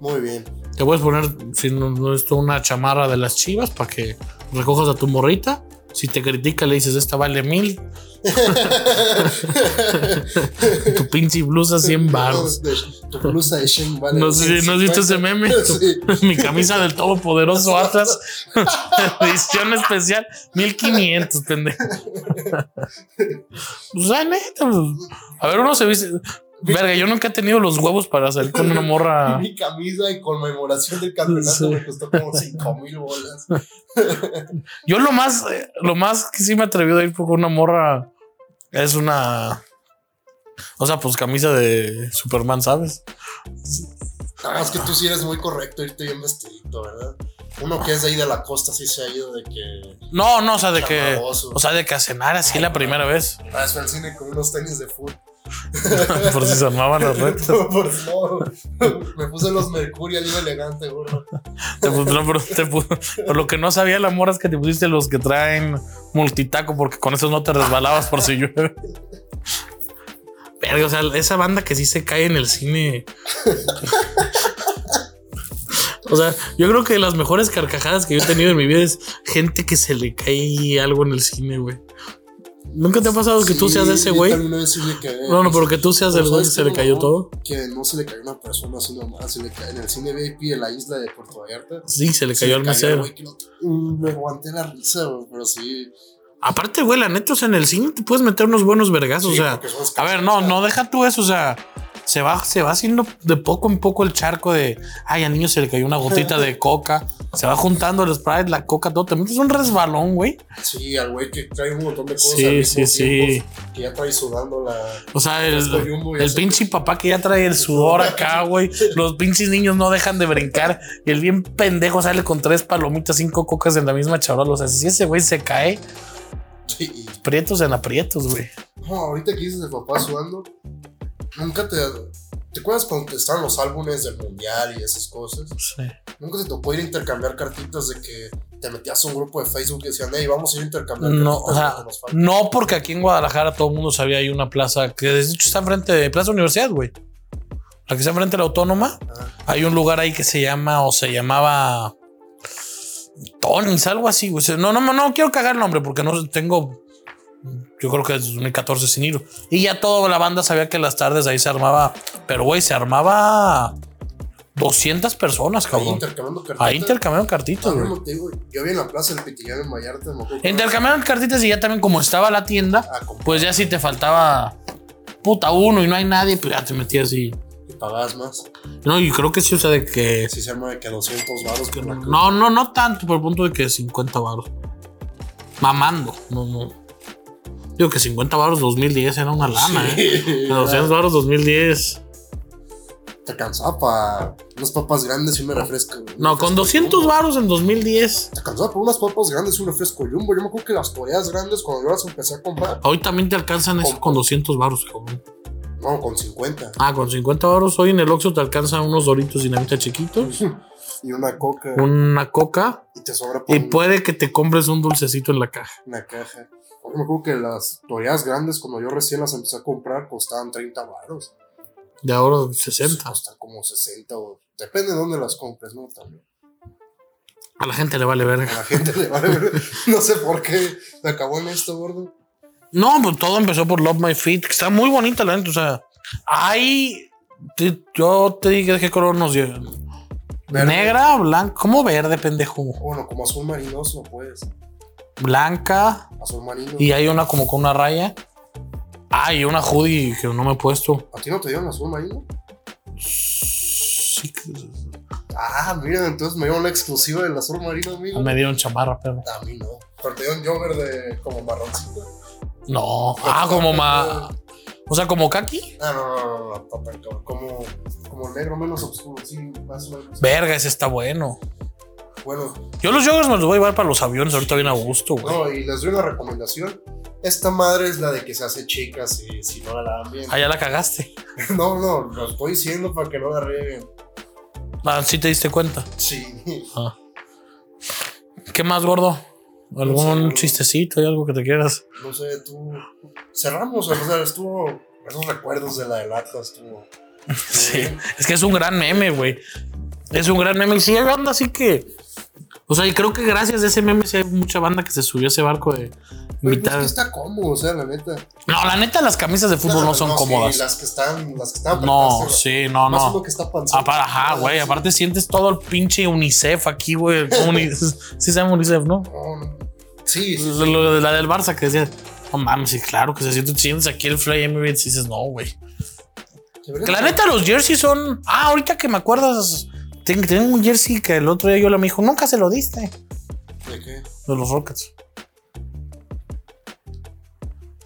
Muy bien.
Te puedes poner, si no, no es esto, una chamarra de las chivas para que recojas a tu morrita. Si te critica, le dices, esta vale mil. tu pinche blusa, 100 baros.
De- Tu blusa de Shane vale
No sé si- ¿no has visto
150.
ese meme?
Sí.
Mi camisa del todopoderoso Atlas, edición especial, 1500, pendejo. O sea, neta, pues, a ver, uno se viste. Verga, yo nunca he tenido los huevos para salir con una morra.
Mi camisa de conmemoración del campeonato
Ah. Sí.
me costó como 5 mil bolas.
Yo lo más, eh, lo más que sí me atreví a ir con una morra es una. O sea, pues camisa de Superman, ¿sabes?
Nada más que tú sí eres muy correcto, irte bien vestidito, ¿verdad? Uno que es de ahí de la costa sí se ha ido de que.
No, no, o sea, de que.
Chamagoso.
O sea, de que a cenar así la primera vez.
Ah, fue al cine con unos tenis de fútbol.
Por si se armaban las redes.
Por favor. Me puse los Mercury al ir elegante, burro.
Te pus- no, pero te pus- pero lo que no sabía la morra es que te pusiste los que traen multitaco porque con esos no te resbalabas por si llueve. Verga, o sea, esa banda que sí se cae en el cine. O sea, yo creo que las mejores carcajadas que yo he tenido en mi vida es gente que se le cae algo en el cine, güey. ¿Nunca te ha pasado que tú
Sí,
seas de ese
yo
güey?
también una vez sí me quedé.
No, no, pero que tú seas del
Pues,
güey que
¿sabes
se le
qué,
cayó
no?
todo.
Que no se le cayó una persona así nomás. Se le ca- en el cine VIP de la isla de Puerto Vallarta.
Sí, se le
se
cayó al mesero.
güey que no- Mm, Me aguanté la risa, güey, pero sí.
Aparte, güey, la neta, o sea, en el cine te puedes meter unos buenos vergazos.
Sí,
o sea,
porque somos
a ver, no, no deja tú eso. O sea, se va, se va haciendo de poco en poco el charco de ay, al niño se le cayó una gotita de coca. Se va juntando el sprite, la coca, todo. Te metes un resbalón, güey.
Sí, al güey que trae un montón de cosas.
Sí,
al mismo
sí,
tiempo, Que ya trae sudando la.
O sea, el,
Fresco Jumbo y
el
eso.
pinche papá que ya trae el sudor acá, güey. Los pinches niños no dejan de brincar. Y el bien pendejo sale con tres palomitas, cinco cocas en la misma charola. O sea, si ese güey se cae,
Sí.
prietos en aprietos, güey.
No, ahorita que dices de papá sudando, nunca te. ¿Te acuerdas cuando estaban los álbumes del mundial y esas cosas?
Sí.
Nunca te tocó ir a intercambiar cartitas de que te metías a un grupo de Facebook y decían, hey, vamos a ir a intercambiar
No, o
cartitas
sea,
porque nos falta".
no porque aquí en Guadalajara todo el mundo sabía hay una plaza que de hecho está enfrente de Plaza Universidad, güey. La que está enfrente de la Autónoma.
Ah,
Hay un lugar ahí que se llama o se llamaba Tony's, algo así, güey. O sea, No, no, no, no quiero cagar el nombre porque no tengo. Yo creo que es 2014 sin hilo. Y ya toda la banda sabía que las tardes ahí se armaba. Pero, güey, se armaba 200 personas,
ahí
cabrón.
intercambiando cartitas.
Ahí intercambiaron cartitas,
Ah,
güey.
no, te digo, yo vi en la plaza el pitillón en Vallarta. me acuerdo que-
Intercambiaron cartitas y ya también como estaba la tienda,
Ah, como
pues ya si te faltaba puta uno y no hay nadie, pues ya te metías y...
que pagabas más.
No, y creo que sí, o sea, de que...
Si se llama de que 200 baros. por la cruz.
No, no, no tanto, por el punto de que 50 baros. Mamando, no, no. Digo que 50 baros 2010 era una lana, ¿eh?
Sí,
Que 200 baros 2010.
Te cansaba para unas papas grandes y un refresco. un
No, con
refresco
200
Jumbo.
baros en 2010.
Te cansaba por unas papas grandes y un refresco jumbo. Yo me acuerdo que las toreas grandes, cuando yo las empecé a comprar,
Hoy también te alcanzan eso con 200 baros, cabrón.
no, con 50.
Ah, con 50 baros hoy en el Oxxo te alcanzan unos doritos dinamita chiquitos,
Y una coca.
una coca
Y te sobra por
Y pues,
un-
puede que te compres un dulcecito en la caja.
una caja. Yo me acuerdo que las toreadas grandes, cuando yo recién las empecé a comprar, costaban 30 baros.
De ahora 60.
Costan como 60 o... Depende de dónde las compres, ¿no? También.
A la gente le vale
A
verga.
la gente le vale ver. No sé por qué se acabó en esto, gordo.
No, pues todo empezó por Love My Feet. que Está muy bonita la gente. O sea, hay. te- Yo te dije qué color nos dieron.
Verde.
Negra, blanca. ¿Cómo verde, pendejo?
Bueno, como azul marinoso, pues.
Blanca.
Azul marino.
Y hay una como con una raya. Ah, y una hoodie que no me he puesto.
¿A ti no te dieron azul marino?
Sí, que-
Ah, mira, entonces me dieron la exclusiva del azul marino, amigo.
me dieron chamarra, pero.
A mí no. Pero te dieron yo verde como marroncito.
No. Ah, como ma. O sea, como kaki.
Ah, no, no, no, no, no, papá, cabrón. como, como negro menos oscuro, sí, más o menos.
Verga, ese está bueno.
Bueno,
Yo los joggers me los voy a llevar para los aviones ahorita bien a gusto, güey.
no, y les doy una recomendación. Esta madre es la de que se hace chica si, si no la dan bien.
Ah, ya la cagaste.
No, no, lo estoy diciendo para que no la rieguen.
Ah, sí te diste cuenta.
Sí.
Ah. ¿Qué más, gordo? ¿Algún
No sé.
chistecito? ¿Hay algo que te quieras?
No sé, tú. Cerramos, o sea, estuvo. Esos recuerdos de la de lata estuvo.
Sí. Es que es un gran meme, güey. Es un gran meme. Y si hay banda así que O sea, y creo que gracias a ese meme sí hay mucha banda que se subió a ese barco de
Pero pues
mitad.
que está cómodo, o sea, la neta.
No, la neta, las camisas de fútbol no son
sí,
cómodas.
las que están, las que están
No,
apretadas,
sí, no,
Más
no.
uno que está panzón.
Aparte, ajá, güey. Aparte sientes todo el pinche UNICEF aquí, güey. Uni- sí se llama UNICEF, ¿no?
No, no. Sí, sí,
Lo- lo de la del Barça que decía, no mames, sí, claro que se siente, sientes aquí el Fly Emirates y dices, no, güey.
debería
Que la
ser.
neta, los jerseys son. Ah, ahorita que me acuerdas, ten- tengo un jersey que el otro día yo le me dijo, nunca se lo diste.
¿De qué?
De los Rockets.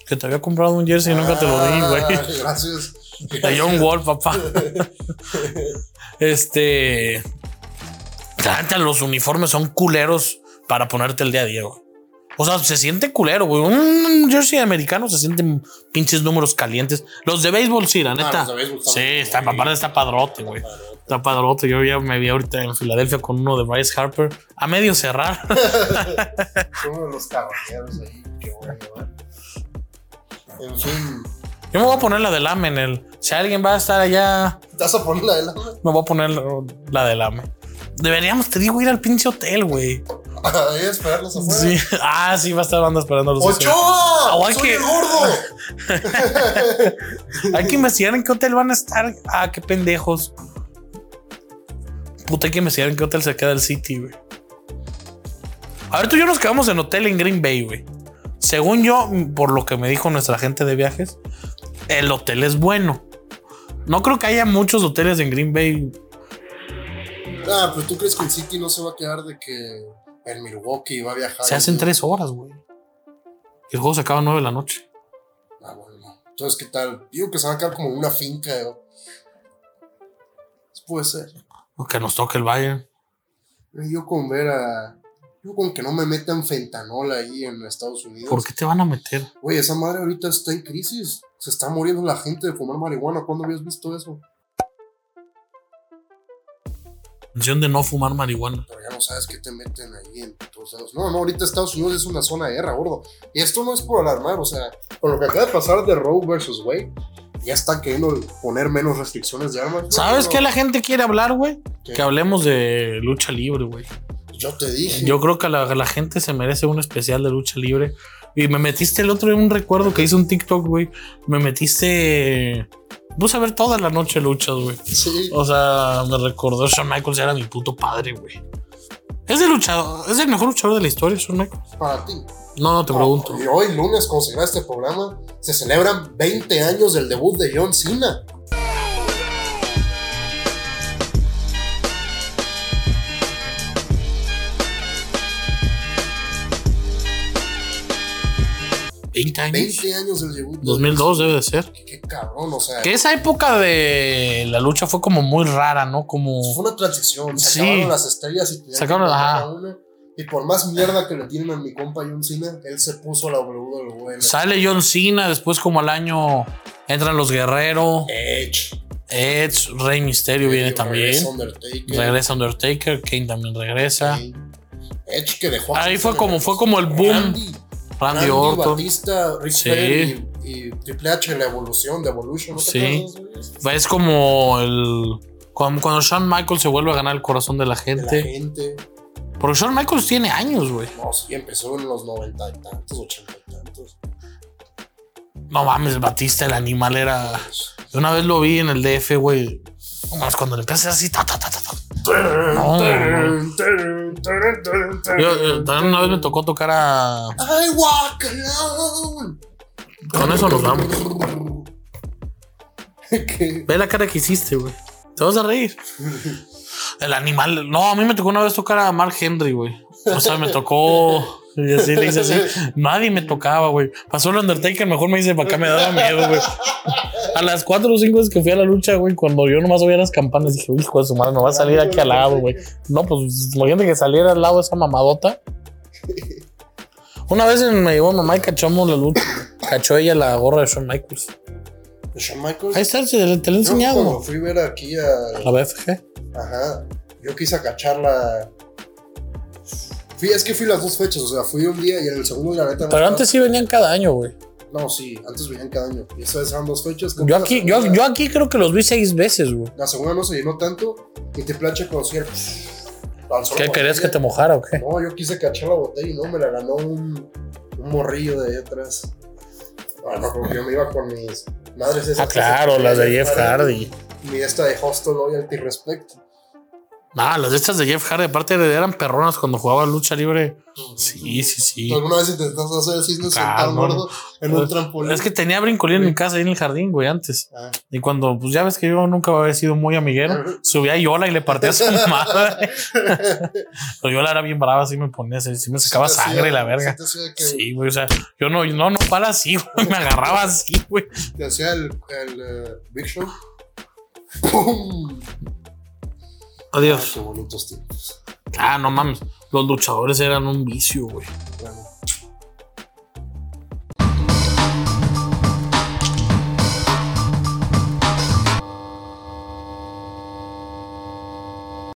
Que te había comprado un jersey y nunca te lo di,
Ah,
güey.
Gracias.
De John Wall, papá. este. La neta, los uniformes son culeros para ponerte el día a día, güey. O sea, se siente culero, güey. Un jersey americano se sienten pinches números calientes. Los de béisbol, sí, la neta.
Ah, los de béisbol están-
sí, está, aparte está padrote, güey. Está padrote. Yo ya me vi ahorita en Filadelfia con uno de Bryce Harper a medio cerrar.
Uno de los caballeros ahí que voy a llevar. En fin.
Yo me voy a poner la del AME en el. Si alguien va a estar allá
¿Vas a poner la de la?
Me voy a poner la- la del AME. Deberíamos, te digo, ir al pinche hotel, güey.
Ahí a esperarlos afuera.
Sí. Ah, sí, va a estar banda esperando los
¡Ochoa!
Ah, hay
¡Soy
que-
el gordo!
Hay que investigar en qué hotel van a estar. Ah, qué pendejos. Puta, hay que investigar en qué hotel se queda el City, güey. A ver, tú y yo nos quedamos en hotel en Green Bay, güey. Según yo, por lo que me dijo nuestra gente de viajes, el hotel es bueno. No creo que haya muchos hoteles en Green Bay.
Ah, pero tú crees que el City no se va a quedar de que en Milwaukee va a viajar.
Se hacen
Y-
tres horas, güey. El juego se acaba a nueve de la noche.
Ah, bueno. no. Entonces, ¿qué tal? Digo que se van a quedar como en una finca. ¿eh? Puede ser.
O Que nos toque el Bayern.
Yo con ver a. Yo con que no me metan fentanol ahí en Estados Unidos.
¿Por qué te van a meter?
Güey, esa madre ahorita está en crisis. Se está muriendo la gente de fumar marihuana. ¿Cuándo habías visto eso?
Mención de no fumar marihuana.
Pero ya no sabes qué te meten ahí en todos lados. No, no, ahorita Estados Unidos es una zona de guerra, gordo. Y esto no es por alarmar, o sea, con lo que acaba de pasar de Roe versus Wade, ya están queriendo poner menos restricciones de armas. No,
¿Sabes
no,
qué la gente quiere hablar, güey?
¿Qué?
Que hablemos de lucha libre, güey.
Yo te dije.
Yo creo que la, la gente se merece un especial de lucha libre. Y me metiste el otro en un recuerdo que hice un TikTok, güey. Me metiste. Puse a ver toda la noche luchas, güey.
Sí.
O sea, me recordó Shawn Michaels era mi puto padre, güey. Es el luchador, es el mejor luchador de la historia, Shawn Michaels.
Para ti.
No, no te pregunto.
Y hoy, lunes, cuando se graba este programa, se celebran 20 años del debut de John Cena.
¿20 años?
20 años del debut. de
2002 debe de ser.
Qué cabrón, o sea.
Que esa época de la lucha fue como muy rara, ¿no? Como.
Fue una transición. Se
Sí.
acabaron las estrellas y tenían
Sacaron-
que
ajá.
comprar una. Y por más mierda que le tienen a mi compa John Cena, él se puso la E. WWE.
Sale John Cena, después, como al año, entran los Guerrero,
Edge.
Edge, Rey Misterio viene
Regresa
también.
Undertaker.
Regresa Undertaker, Kane también regresa.
Sí. Edge que dejó. a
Ahí
Triple
fue
H.
como- fue como el boom.
Randy,
Randy
Randy
Orton.
Batista, Ric
Sí.
Flair y, y Triple H, la evolución de Evolution. ¿no te
Sí.
acuerdas?
Es como el. Cuando, cuando Shawn Michaels se vuelve a ganar el corazón de la
De la
gente.
gente.
Porque Shawn Michaels tiene años, güey.
No, sí, empezó en los noventa y tantos, ochenta y tantos.
No mames, Batista, el animal era. Yo una vez lo vi en el DF, güey. No mames, cuando le empieza a hacer así, ta, ta, ta, ta, ta. No, no. Yo, eh, también una vez me tocó tocar a.
I walk alone.
Con eso nos vamos.
¿Qué?
Ve la cara que hiciste, güey. Te vas a reír. El animal. No, a mí me tocó una vez tocar a Mark Henry, güey. O sea, me tocó. Y así le hice así. Nadie me tocaba, güey. Pasó el Undertaker, mejor me dice, para acá me daba miedo, güey. A las 4 o 5 veces que fui a la lucha, güey, cuando yo nomás oía las campanas, dije, hijo de su madre, me va a salir aquí al lado, güey. No, pues imagínate que saliera al lado esa mamadota. Una vez me llevó mamá y cachamos la lucha. Cachó ella la gorra de Shawn Michaels.
Shawn Michaels.
Ahí está, se- te la he
Yo cuando
enseñado.
fui a ver aquí a.
La BFG.
Ajá. Yo quise cacharla. Fui, es que fui las dos fechas, o sea, fui un día y en el segundo, la neta. no
Pero
estaba-
antes sí venían cada año, güey.
No, sí, antes venían cada año. Y esas eran dos fechas.
Yo aquí, yo, yo aquí creo que los vi seis veces, güey.
La segunda no se llenó tanto y Triple H conocía el. lanzó la
¿Qué querés que
botella.
te mojara o qué?
No, yo quise cachar la botella y no, me la ganó un, un morrillo de ahí atrás. Ah, no, porque yo me iba con mis madres esas.
Ah,
que
claro,
se-
las de Jeff Hardy.
Mi esta de Hostel Loyalty Respect.
Ah, las de estas de Jeff Hardy, aparte eran perronas cuando jugaba lucha libre. Sí, sí, sí.
¿Tú ¿Alguna vez intentaste hacer cisne
Claro,
sentado
no. Pues,
gordo en un trampolín?
Es que tenía brincolín en mi casa, ahí en el jardín, güey, antes.
Ah,
Y cuando, pues ya ves que yo nunca había sido muy amiguero, subía a Yola y le partía a su madre. Pero Yola era bien brava, así me ponía, así sí me sacaba
sí te hacía-
sangre y la
sí
verga.
te hacía que-
Sí, güey, o sea, yo no, no, no, para así, güey, me agarraba así, güey.
Te hacía el, el eh, Big Show. ¡Pum! Ah,
Adiós.
qué bonitos tiempos.
Ah, no mames, los luchadores eran un vicio, güey.
Bueno,